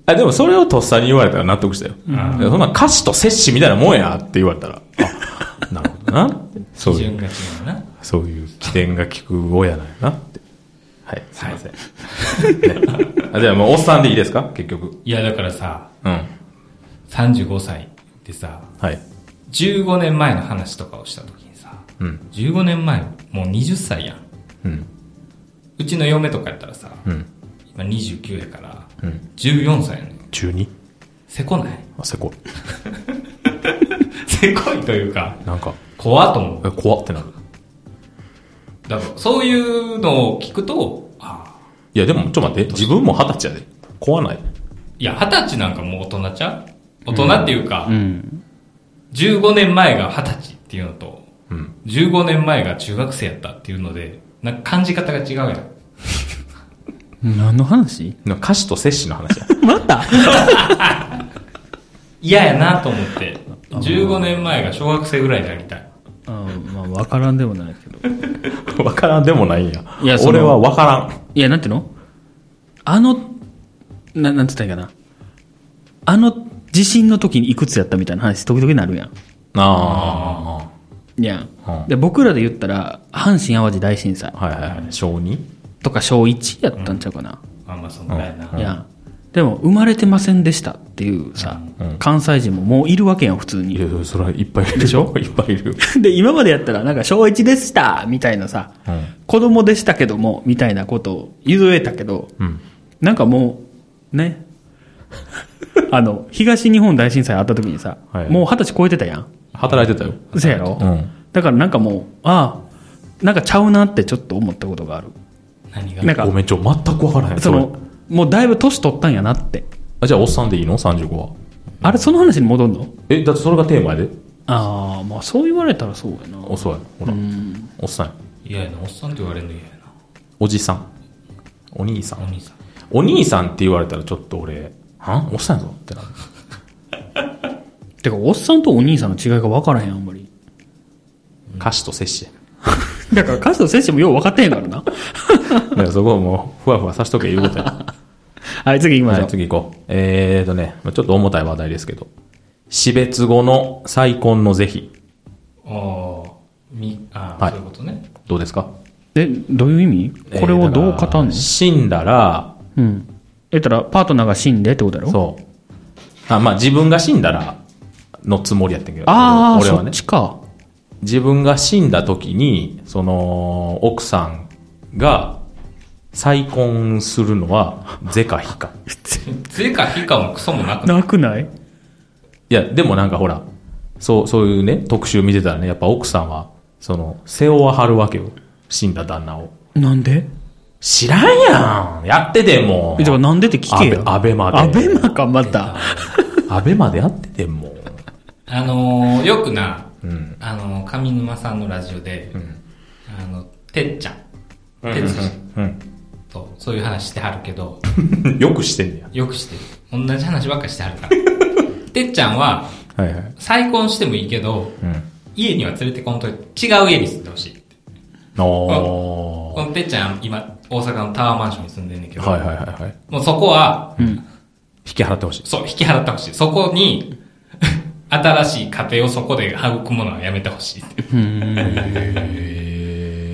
Speaker 3: あ、でもそれをとっさに言われたら納得したよ。
Speaker 1: ん
Speaker 3: そんな歌詞と摂氏みたいなもんやって言われたら。あ、な [LAUGHS] るほどな。そう
Speaker 1: 基
Speaker 3: い
Speaker 1: 準。
Speaker 3: う
Speaker 1: が違うな。
Speaker 3: そういう起点が効く親なんやなって。はい、すいません。ねあじゃあもうおっさんでいいですか結局。
Speaker 1: いや、だからさ、
Speaker 3: うん。
Speaker 1: 35歳でさ、
Speaker 3: はい。
Speaker 1: 15年前の話とかをした時にさ、
Speaker 3: うん。
Speaker 1: 15年前、もう20歳やん。
Speaker 3: うん。
Speaker 1: うちの嫁とかやったらさ、
Speaker 3: うん。
Speaker 1: 今29やから、
Speaker 3: うん。
Speaker 1: 14歳やねん。
Speaker 3: 中二
Speaker 1: せこない
Speaker 3: あ、せこ
Speaker 1: せこいというか、
Speaker 3: い。なんか、
Speaker 1: 怖っと思う。
Speaker 3: え怖ってなる。
Speaker 1: だからそういうのを聞くと、ああ、
Speaker 3: いや、でも、ちょっと待って。自分も二十歳やで。怖ない。
Speaker 1: いや、二十歳なんかもう大人ちゃう大人っていうか、
Speaker 2: [LAUGHS] うん。
Speaker 1: 15年前が二十歳っていうのと、
Speaker 3: うん。
Speaker 1: 15年前が中学生やったっていうので、なんか感じ方が違うやん。
Speaker 2: 何の話
Speaker 3: なんか歌詞と摂氏の話や。 [LAUGHS]
Speaker 2: また
Speaker 1: 嫌やなと思って、15年前が小学生ぐらいでありたい。
Speaker 2: あまあ、わからんでもないけど。
Speaker 3: わからんでもないんや。
Speaker 2: いやその
Speaker 3: 俺はわからん。
Speaker 2: いや、なんていうのあの、な、なんつったらいいかな。あの、地震の時にいくつやったみたいな話、時々なるや
Speaker 3: あ
Speaker 2: ん。や
Speaker 3: うん
Speaker 2: ん。で、僕らで言ったら、阪神淡路大震災
Speaker 3: あ。はいはいはい。小二
Speaker 2: とか小1やったんちゃうかな。
Speaker 1: あんまあそんぐらいな。
Speaker 2: やん。でも、生まれてませんでしたっていうさ、関西人ももういるわけやん、普通
Speaker 3: い
Speaker 2: に。
Speaker 3: や、それはいっぱいいるでしょいっぱいいる。
Speaker 2: で、今までやったら、なんか、小1でしたみたいなさ、
Speaker 3: うん。
Speaker 2: 子供でしたけども、みたいなことを言えたけど、
Speaker 3: うん。
Speaker 2: なんかもう、
Speaker 3: [LAUGHS]
Speaker 2: ね。あの、東日本大震災あった時にさ、
Speaker 3: はい
Speaker 2: もう二十歳超えてたやん。
Speaker 3: 働いてたよ。
Speaker 2: そやろ、
Speaker 3: うん。
Speaker 2: だからなんかもう、ああ、なんかちゃうなってちょっと思ったことがある。
Speaker 1: 何が
Speaker 2: なんか
Speaker 3: ご、めん、ちょ、全くわからへん。
Speaker 2: そ
Speaker 3: れ
Speaker 2: の、もうだいぶ年取ったんやなって。
Speaker 3: あじゃあ、おっさんでいいの ?35 は。
Speaker 2: あれ、その話に戻んの
Speaker 3: え、だってそれがテーマやで。
Speaker 2: ああ、まあそう言われたらそうやな。
Speaker 3: お、そうや。ほら。おっさんや。
Speaker 1: 嫌やな。おっさんって言われるの嫌や
Speaker 3: おじさん。お兄さ
Speaker 1: な。お
Speaker 3: ん。
Speaker 1: 兄さん。
Speaker 3: お兄さんって言われたらちょっと俺、はおっさんやぞってなる。
Speaker 2: てか、おっさんとお兄さんの違いが分からへん、あんまり。
Speaker 3: 歌詞と摂氏や。
Speaker 2: だから、カスと選手もよう分かってへんからな。
Speaker 3: だからそこはもう、ふわふわさしとけ言うこと [LAUGHS] や。
Speaker 2: [LAUGHS] はい、次行きましょ
Speaker 3: は
Speaker 2: う。
Speaker 3: い、次行こう。えーとね、まあちょっと重たい話題ですけど。死別後の再婚の是非。
Speaker 1: ああ、み、ああ、
Speaker 3: はい
Speaker 1: そういうことね。
Speaker 3: どうですか
Speaker 2: え、どういう意味これをどう語
Speaker 3: えーだか
Speaker 2: んの
Speaker 3: ら、死んだら、
Speaker 2: うん。えったら、パートナーが死んでってことだろ
Speaker 3: そう。あ、まあ自分が死んだら、のつもりやってんけど。
Speaker 2: ああ、
Speaker 3: 俺
Speaker 2: そ
Speaker 3: は
Speaker 2: っ
Speaker 3: ね。
Speaker 2: ちか。
Speaker 3: 自分が死んだ時に、その、奥さんが再婚するのは、是か非か。
Speaker 1: 税か非かもクソもなくない
Speaker 2: なくない
Speaker 3: いや、でもなんかほら、そう、そういうね、特集見てたらね、やっぱ奥さんは、その、背負わはるわけよ。死んだ旦那を。
Speaker 2: なんで
Speaker 3: 知らんやんやっててんも
Speaker 2: え、じゃあ
Speaker 3: う。
Speaker 2: なんでって聞けよ。
Speaker 3: アベアベマで
Speaker 2: アベマか、また。
Speaker 3: アベまでやっててんもう。
Speaker 1: あのー、よくな、
Speaker 3: うん。
Speaker 1: あのー、上沼さんのラジオで、あの、てっちゃん、てつし
Speaker 3: うん。
Speaker 1: と、そういう話してはるけど、
Speaker 3: よくしてんね
Speaker 1: よくしてる。同じ話ばっかしてはるから。 [LAUGHS] てっちゃんは、
Speaker 3: や。はいはい。
Speaker 1: 再婚してもいいけど、
Speaker 3: うん。
Speaker 1: 家には連れてこんといて、違う家に住んでほしいって。
Speaker 3: お
Speaker 1: こ
Speaker 3: ー。
Speaker 1: のてっちゃん、今、大阪のタワーマンションに住んでんねんけど、
Speaker 3: はいはいはいはい。
Speaker 1: もうそこは、
Speaker 3: 引き払ってほしい。
Speaker 1: そう、引き払ってほしい。そこに、 [LAUGHS] 新しい家庭をそこで育むのはやめてほしいって。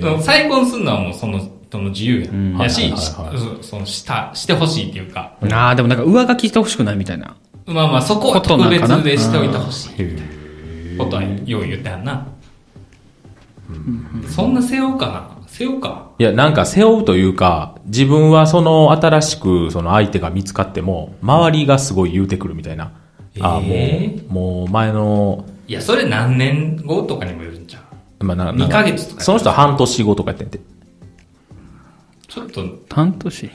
Speaker 1: その [LAUGHS] 再婚するのはもうその、その自由や,、
Speaker 2: ん
Speaker 1: やし、
Speaker 3: はいはいはい
Speaker 1: しそのした、してほしいっていうか、
Speaker 2: ああ、でもなんか上書きしてほしくないみたいな。
Speaker 1: まあまあそこは
Speaker 2: こと
Speaker 1: 特
Speaker 2: なんかな
Speaker 1: 別でしておいてほしい。
Speaker 3: へ
Speaker 1: ことはよう言ってはんな。そんな背負うかな背負うか。
Speaker 3: いや、なんか背負うというか、自分はその新しくその相手が見つかっても、周りがすごい言うてくるみたいな。ああ、も
Speaker 1: え
Speaker 3: う、もう前の、
Speaker 1: いや、それ何年後とかにもよるんちゃう
Speaker 3: まあ、な
Speaker 1: 二ヶ月とか
Speaker 3: その人は半年後とかやってんて。
Speaker 1: ちょっと、
Speaker 2: 半年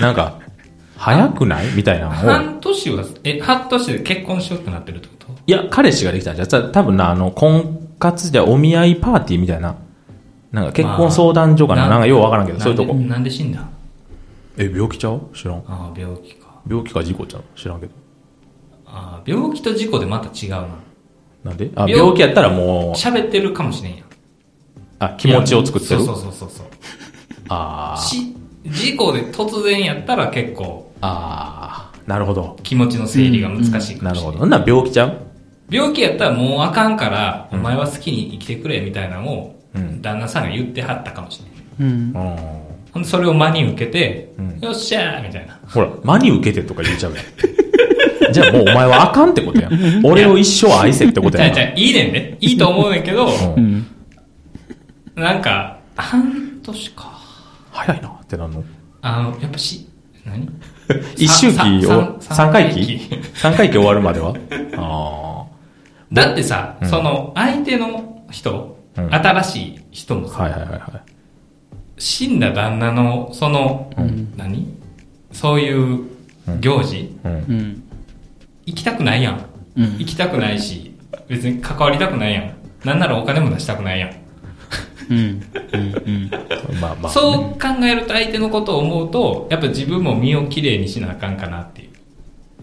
Speaker 3: なんか、早くないみたいなのを。
Speaker 1: 半年は、え、半年で結婚しようってなってるってこと
Speaker 3: いや、彼氏ができたんじゃんた多分な、あの、婚活じゃお見合いパーティーみたいな。なんか結婚相談所かな、なんかようわからんけど、そういうとこ
Speaker 1: な。んでなんで死んだん
Speaker 3: え、病気ちゃう知らん。
Speaker 1: ああ、病気か。
Speaker 3: 病気か事故ちゃう知らんけど。
Speaker 1: ああ、病気と事故でまた違うな。
Speaker 3: なんであ、
Speaker 1: 病
Speaker 3: 病気やったらもう、
Speaker 1: 喋ってるかもしれんやん。
Speaker 3: あ、気持ちを作ってる
Speaker 1: そうそうそうそう。
Speaker 3: あー
Speaker 1: し、事故で突然やったら結構
Speaker 3: あー、なるほど。
Speaker 1: 気持ちの整理が難しいか
Speaker 3: な
Speaker 1: も
Speaker 3: る
Speaker 1: しれ
Speaker 3: ほ
Speaker 1: ん
Speaker 3: ど。なんなら病気ちゃう
Speaker 1: 病気やったらもうあかんから、お前は好きに生きてくれみたいなのを、旦那さんが言ってはったかもしれん。
Speaker 2: うん
Speaker 3: うん。
Speaker 1: ほんでそれを真に受けて、
Speaker 3: うん
Speaker 1: よっしゃーみたいな。
Speaker 3: ほら、真に受けてとか言っちゃうやん。 [LAUGHS] じゃあもうお前はあかんってことやん。俺を一生愛せってこと
Speaker 1: じゃ
Speaker 3: や
Speaker 1: あじゃ
Speaker 3: ん。
Speaker 1: あいいねんね。いいと思うんやけど、
Speaker 3: [LAUGHS] う
Speaker 2: うんん
Speaker 1: なんか、半年か。
Speaker 3: 早いなってなんの
Speaker 1: あの、やっぱし、何
Speaker 3: 一周期を、
Speaker 1: さ
Speaker 3: 三
Speaker 1: ん
Speaker 3: 回
Speaker 1: 三
Speaker 3: 期三回期終わるまで
Speaker 1: [LAUGHS]
Speaker 3: はあ
Speaker 1: だってさ、
Speaker 3: うん
Speaker 1: その、相手の人、
Speaker 3: うん
Speaker 1: 新しい人も
Speaker 3: あ。
Speaker 1: さ、
Speaker 3: はいはいはいは
Speaker 1: 死んだ旦那の、その、何そういう行事、
Speaker 3: い。うん。
Speaker 2: うん
Speaker 1: 行きたくないやん。
Speaker 2: うん
Speaker 1: 行きたくないし、別に関わりたくないやん。なんならお金も出したくないやん。
Speaker 2: うんうん
Speaker 3: まあまあ。
Speaker 1: そう考えると相手のことを思うと、やっぱ自分も身をきれいにしなあかんかなっていう。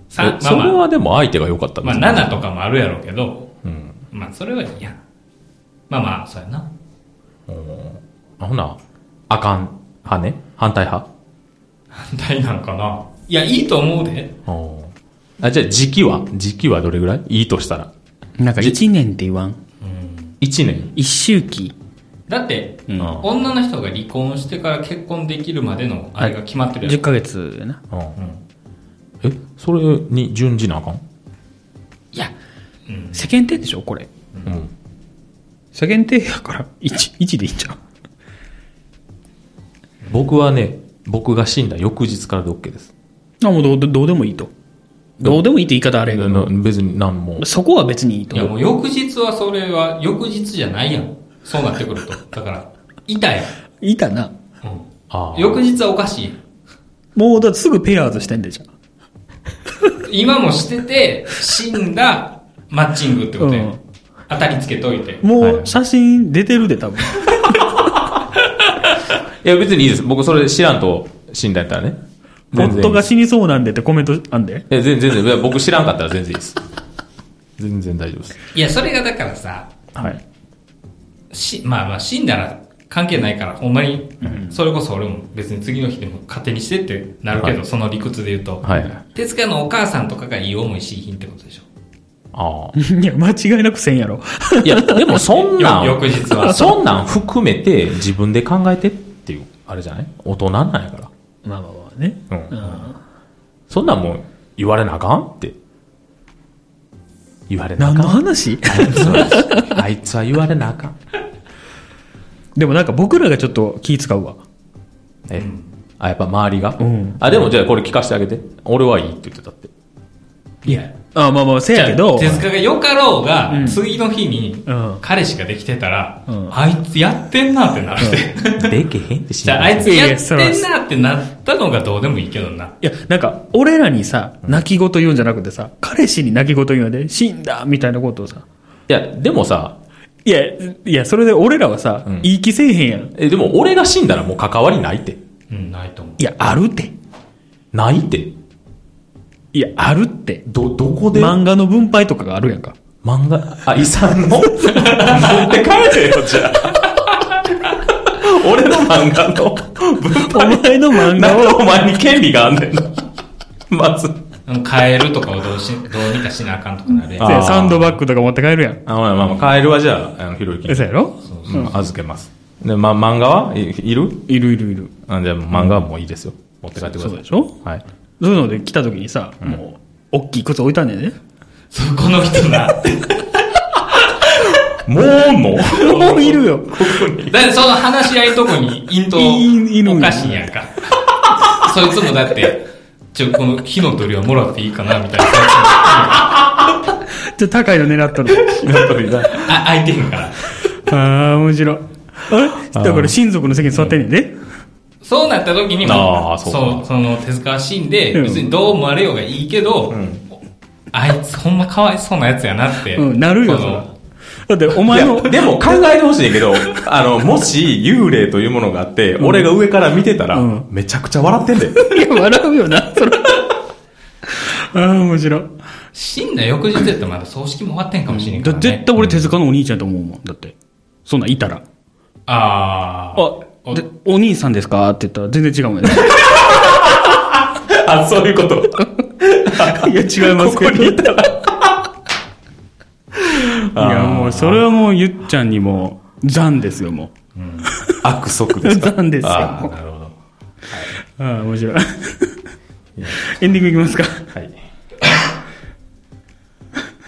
Speaker 1: さ
Speaker 3: え
Speaker 1: まあ
Speaker 3: それ
Speaker 1: まあ、
Speaker 3: はでも相手が良かったん
Speaker 1: ま
Speaker 3: で
Speaker 1: あ
Speaker 3: す
Speaker 1: 7とかもあるやろうけど、
Speaker 3: うん。
Speaker 1: まあそれはいいやん。まあまあ、そうやな。 [LAUGHS]
Speaker 3: あほな、あかん派ね反対派
Speaker 1: 反対なんかな。いや、いいと思うで。
Speaker 3: おあじゃあ時期は時期はどれぐらいいいとしたら。
Speaker 2: うんなんか一年って言わん
Speaker 1: うん。
Speaker 3: 1年。
Speaker 2: 一周期
Speaker 1: だって、
Speaker 2: うん
Speaker 3: うん
Speaker 1: 女の人が離婚してから結婚できるまでのあれが決まってるや
Speaker 2: 10
Speaker 1: ん。
Speaker 2: ヶ月やな
Speaker 3: うん
Speaker 1: うん
Speaker 3: え、それに準じなあかん
Speaker 2: いや
Speaker 1: うん
Speaker 2: 世間体でしょこれ
Speaker 3: うん。
Speaker 2: 世間体やから1 1でいいんちゃう
Speaker 3: 僕はね、僕が死んだ翌日からで OK です。
Speaker 2: あもうどうどうでもいいとどうでもいいって言い方あれやけ
Speaker 3: な
Speaker 2: ど
Speaker 3: 別に何も。
Speaker 2: そこは別にいいと
Speaker 1: いや、もう翌日はそれは、翌日じゃないやん。そうなってくると。だから、痛い。
Speaker 2: いたな
Speaker 1: うん。
Speaker 3: ああ。
Speaker 1: 翌日はおかしいやん。
Speaker 2: もうだってすぐペアーズしてんでじゃん
Speaker 1: 今もしてて、死んだマッチングってことやん。
Speaker 2: うん
Speaker 1: 当たりつけといて。
Speaker 3: はい
Speaker 2: も
Speaker 3: は
Speaker 2: う
Speaker 3: い
Speaker 2: 写真出てるで多分
Speaker 3: いや別にいいです。僕それ知らんと死んだやったらね。全然い
Speaker 2: 夫
Speaker 3: いで
Speaker 2: が
Speaker 3: す。
Speaker 2: 死にそうなんでってコメントあんで
Speaker 3: え、全然全然。いや僕知らんかったら全然いいです。全然大丈夫です。
Speaker 1: いや、それがだからさ、
Speaker 2: はい [LAUGHS]
Speaker 1: し、まあまあ死んだら関係ないから、ほんまに、それこそ俺も別に次の日でも勝手にしてってなるけど、
Speaker 3: は
Speaker 1: その理屈で言うと。
Speaker 3: はい。
Speaker 1: 手塚のお母さんとかがいい思いしいひんってことでしょ。
Speaker 3: ああ。
Speaker 2: いや間違いなくせんやろ
Speaker 3: いや、でもそんなん、
Speaker 1: よ翌日は
Speaker 3: そんなん含めて自分で考えてっていう、あれじゃない大人なんやから。
Speaker 2: まあまあまあね
Speaker 3: うん
Speaker 2: ん
Speaker 3: そんなんもう言われなあかんって。言われなあ
Speaker 2: 何
Speaker 3: か
Speaker 2: の
Speaker 3: ん。
Speaker 2: 話
Speaker 3: あいつはあいつは言われなあかん。
Speaker 2: でもなんか僕らがちょっと気使うわ
Speaker 3: え、あ、やっぱ周りが、
Speaker 2: ん
Speaker 3: あ、でもじゃあこれ聞かせてあげて。俺はいいって言ってたって。
Speaker 1: いや、
Speaker 2: あまあまあせやけど
Speaker 1: 手塚がよかろうが、
Speaker 2: うん
Speaker 1: 次の日に
Speaker 2: うん
Speaker 1: 彼氏ができてたら、
Speaker 2: うん
Speaker 1: あいつやってんなってなるで。
Speaker 3: でけへんって
Speaker 1: [LAUGHS]
Speaker 3: し
Speaker 1: じゃあ、あいつ
Speaker 2: いやい
Speaker 1: や
Speaker 2: や
Speaker 1: ってんなってなったのがどうでもいいけどな。
Speaker 2: いや、なんか、俺らにさ、泣き言言うんじゃなくてさ、彼氏に泣き言言うんやで、死んだみたいなことをさ。
Speaker 3: いや、でもさ、
Speaker 2: いや、いや、それで俺らはさ、
Speaker 3: うん
Speaker 2: 言い気せえへんやん。い
Speaker 3: え、でも俺が死んだらもう関わりないって。
Speaker 1: うん、ないと思う。
Speaker 2: や、あるって。
Speaker 3: ないって。
Speaker 2: いや、あるって。
Speaker 3: ど、どこで
Speaker 2: 漫画の分配とかがあるやんか。
Speaker 3: 漫画、あ、遺産の持って帰れよ、じゃあ。俺の漫画の分
Speaker 2: お前の漫 [LAUGHS] 画
Speaker 3: なん
Speaker 2: を、
Speaker 3: でお前に権利があんねんな。まず。
Speaker 1: うん変えるとかをどう
Speaker 2: [LAUGHS]
Speaker 1: し、どうにかしなあかんとかなるやん
Speaker 3: あー
Speaker 2: サンドバッグとか持って帰るやん。
Speaker 3: あ、まあまあ、カエルはじゃあ、あの、ひろゆきに。
Speaker 2: そうやろ
Speaker 3: うん、預けます。で、ま、漫画はい、いる
Speaker 2: いるいるいる。
Speaker 3: あじゃあ、漫画はもういいですよ。持って帰ってくだ
Speaker 2: そう
Speaker 3: さい
Speaker 2: で。しょ
Speaker 3: はい。
Speaker 2: そういうので来た時にさ、も [LAUGHS] う、大きい靴置いたんだよね。
Speaker 1: そこの人な。
Speaker 3: もうおんの
Speaker 2: もういるよ。
Speaker 1: だってその話し合いとこにイント
Speaker 2: いいるんや
Speaker 1: おかしいやんか。 [LAUGHS] そいつもだって、ちょ、この火の鳥はもらっていいかなみたいな。
Speaker 2: じゃあ高いの狙っとる。
Speaker 3: やっぱりな
Speaker 1: あ、空いてへんから。
Speaker 2: [LAUGHS] ああ、面白い。あれだから親族の席に座ってんねんで。
Speaker 1: そうなった時にも、
Speaker 3: あーそうか
Speaker 1: そう、その手塚死んで、
Speaker 2: うん
Speaker 1: 別にどう思われようがいいけど、
Speaker 3: ん
Speaker 1: あいつほんまかわいそうなやつやなって。
Speaker 2: うん、なるよ、
Speaker 1: こ
Speaker 2: そ
Speaker 1: の
Speaker 2: ら。だって、お
Speaker 3: い
Speaker 2: 前
Speaker 3: や
Speaker 2: の、
Speaker 3: でも考えてほしいねんけど、あの、もし幽霊というものがあって、俺が上から見てたら、
Speaker 2: うん
Speaker 3: めちゃくちゃ笑ってんで。
Speaker 2: [LAUGHS] いや、笑うよな、 [LAUGHS] そら。ああ、面白い。
Speaker 1: 死んだ翌日やったらまだ葬式も終わってんかもしれんか
Speaker 2: だ
Speaker 1: ら、ね。
Speaker 2: 絶対俺手塚のお兄ちゃんと思うもん。だって。そんなんいたら。
Speaker 1: あー。
Speaker 2: あ、で、お兄さんですかって言ったら全然違うもんね。
Speaker 3: [LAUGHS] あ、そういうこと。
Speaker 2: [LAUGHS] いや、違いますけど。いや、もう、それはもう、ゆっちゃんにも、残ですよ、も
Speaker 3: 悪
Speaker 2: う。
Speaker 3: 徳ですか
Speaker 2: [LAUGHS] 残ですよ。
Speaker 3: あ
Speaker 2: あ
Speaker 1: なるほど。
Speaker 2: あー、面白い。 [LAUGHS] エンディングいきますか。
Speaker 3: はい。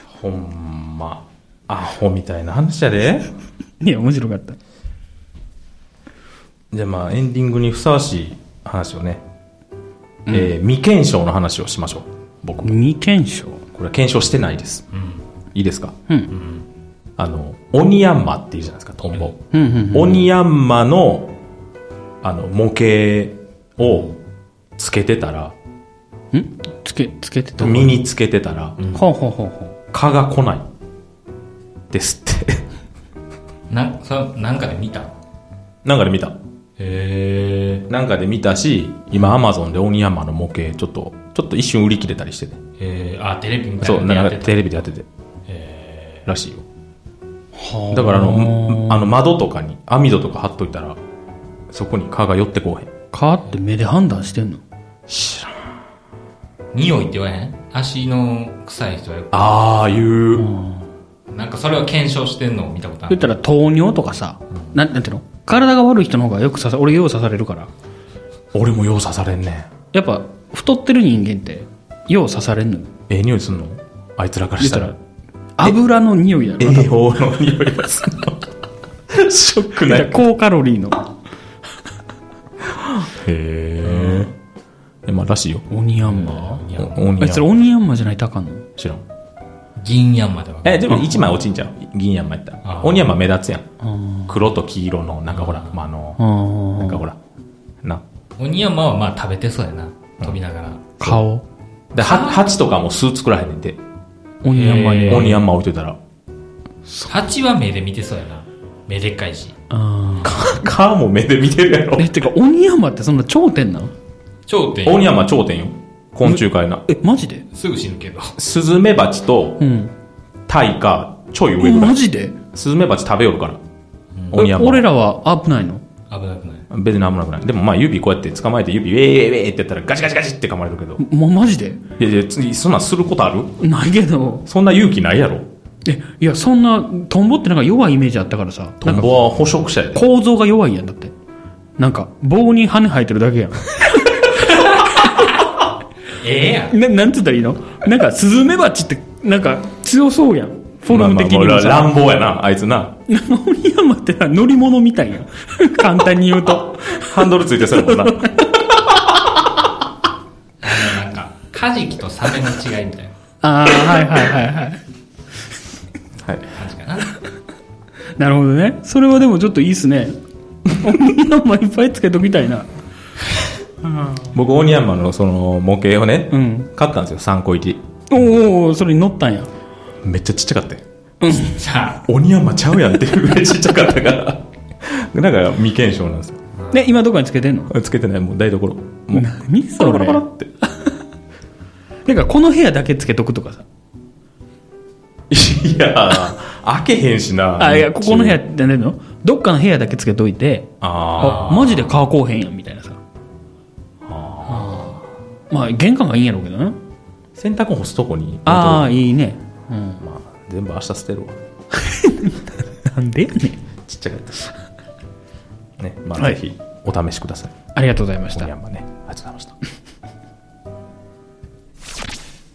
Speaker 3: [LAUGHS] ほんま、アホみたいな話やで。
Speaker 2: いや、面白かった。
Speaker 3: じゃあまあ、エンディングにふさわしい話をね、えー未検証の話をしましょう。僕、こ
Speaker 2: 未検証
Speaker 3: れは検証してないです。いいですか
Speaker 2: うん。
Speaker 3: あの、オニヤンマっていうじゃないですか、トンボ。
Speaker 2: うん、うん。
Speaker 3: オニヤンマの、あの、模型をつけてたら、
Speaker 2: んつけ、つけてた。
Speaker 3: 身につけてたら、
Speaker 2: ほうほうほうほ
Speaker 3: 蚊が来ない。ですって。 [LAUGHS]
Speaker 1: な、そなんかで見た
Speaker 3: なんかで見た。
Speaker 1: へー
Speaker 3: なんかで見たし、今アマゾンでオニヤンマの模型、ちょっと、ちょっと一瞬売り切れたりしてて。
Speaker 1: えー、あ、テレビみた
Speaker 3: そ、
Speaker 1: いうな
Speaker 3: な
Speaker 1: の
Speaker 3: ん
Speaker 1: や
Speaker 3: か
Speaker 1: って
Speaker 3: テレビでやってて。らしいよ。
Speaker 2: う。
Speaker 3: だからあの、あの窓とかに網戸とか貼っといたら、そこに蚊が寄ってこうへん。
Speaker 2: 蚊って目で判断してんの
Speaker 3: 知らん。
Speaker 1: た。匂いって言わへん足の臭い人はよ
Speaker 3: ああ、いう。
Speaker 1: くなんかそれを検証してんのを見たことあ
Speaker 2: 言っ
Speaker 1: る。
Speaker 2: たら糖尿とかさ、なんなんていうの体が悪い人の方がよく刺さ俺よう刺されるから。
Speaker 3: 俺もよう刺されんねん。
Speaker 2: やっぱ、太ってる人間って、よう刺されんのよ。
Speaker 3: ええ匂いすんのあいつらから
Speaker 2: 言
Speaker 3: し
Speaker 2: ったた
Speaker 3: ら
Speaker 2: ら。、油の匂いやろ。
Speaker 3: 栄養の [LAUGHS] 匂いがするの [LAUGHS] ショック
Speaker 2: 言
Speaker 3: な
Speaker 2: っ
Speaker 3: い
Speaker 2: たら高カロリーの。
Speaker 3: ええまあらしいよ
Speaker 2: オニヤンマ
Speaker 1: いや
Speaker 3: お鬼
Speaker 2: あいつら
Speaker 3: や
Speaker 2: オニヤンマじゃないとあかんの
Speaker 3: 知らん
Speaker 1: 銀ヤンマでわかる。
Speaker 3: えでも1枚落ちんちゃう銀山やった
Speaker 1: あ
Speaker 3: ら
Speaker 1: ー
Speaker 3: 鬼山目立つやん
Speaker 2: あ
Speaker 3: 黒と黄色のなんかほらまああの
Speaker 2: ー
Speaker 3: なんかほらな
Speaker 1: 鬼山はまあ食べてそうやな。飛びながら。
Speaker 2: 顔。
Speaker 3: では蜂とかもスーツくらへんねんて
Speaker 2: オニヤンマに
Speaker 1: へえー
Speaker 2: は。
Speaker 3: 鬼山置いといたら
Speaker 1: 蜂は目で見てそうやな。目でっかいし。
Speaker 2: あー
Speaker 3: 蚊も目で見てるやろ
Speaker 2: え、てか、オニヤンマってそんな頂点なの
Speaker 1: 頂点
Speaker 3: 鬼山頂点よ昆虫界な
Speaker 2: え、マジです
Speaker 1: ぐ死ぬけど。 [LAUGHS]
Speaker 3: スズメバチと
Speaker 2: うん。
Speaker 3: タイかちょい上ぐら
Speaker 2: マ
Speaker 3: い
Speaker 2: ジで
Speaker 3: スズメバチ食べよるから鬼
Speaker 2: え
Speaker 3: 山
Speaker 2: 俺らは危ないの
Speaker 1: 危なくない。
Speaker 3: 別に何もなくない。でもまあ指こうやって捕まえて指ウェイウェイウェイってやったらガチガチガチって噛まれるけど。
Speaker 2: ま、マジで
Speaker 3: いやいや、つそんなんすることある
Speaker 2: ないけど。
Speaker 3: そんな勇気ないやろ。
Speaker 2: え、いや、そんな、トンボってなんか弱いイメージあったからさ。
Speaker 3: トンボは捕食者やで。
Speaker 2: 構造が弱いやん、だって。なんか、棒に羽生えてるだけやん。 [LAUGHS]
Speaker 1: ええやん。
Speaker 2: ななんつったらいいのなんか、スズメバチって、なんか、強そうやん。フォルム的に
Speaker 3: まあ
Speaker 2: も
Speaker 3: まあ
Speaker 2: さ。
Speaker 3: 乱暴やな、あい
Speaker 2: [LAUGHS]
Speaker 3: つな。
Speaker 2: オニヤンマってな乗り物みたいやん。 [LAUGHS] 簡単に言うと。
Speaker 3: ハンドルついてそうやもんな。
Speaker 1: あのなんか、カジキとサメの違いみたいな
Speaker 2: ああ、はいはいはいはい。
Speaker 3: はい。
Speaker 1: 感じかな。
Speaker 2: なるほどね。それはでもちょっといいっすね。オニヤンマいっぱいつけときたいな。
Speaker 3: 僕、オニヤンマのその模型をね、
Speaker 2: うん
Speaker 3: 買ったんですよ、3個入り。
Speaker 2: おーおー、それに乗ったんや。
Speaker 3: めっちゃちっちゃかったよ。
Speaker 1: じゃあ、
Speaker 3: オニヤンマちゃうやんっていうぐらいちっちゃかったから。 [LAUGHS] なんか未検証なんですよ。
Speaker 2: ね、今どこにつけてんの
Speaker 3: つけてない、もう台所。もう、
Speaker 2: 何
Speaker 3: コ
Speaker 2: そ
Speaker 3: ロコロ
Speaker 2: れ
Speaker 3: コロって。
Speaker 2: てかこの部屋だけつけとくとかさ
Speaker 3: いや開けへんしな。
Speaker 2: あいやここの部屋って何のどっかの部屋だけつけといて
Speaker 3: あ
Speaker 2: あマジで乾こうへんやんみたいなさあまあ玄関がいいんやろうけどな
Speaker 3: あ。洗濯干すとこに。
Speaker 2: ああいいね、うん、
Speaker 3: まあ、全部明日捨てるわ。
Speaker 2: なんでやねん
Speaker 3: ちっちゃかっ
Speaker 2: [LAUGHS]
Speaker 3: たし。ね、まあ、
Speaker 2: はい
Speaker 3: ぜひ、お試しください。
Speaker 2: ありがとうございまし
Speaker 3: オ
Speaker 2: た
Speaker 3: ニヤンマね。ありがとうございました。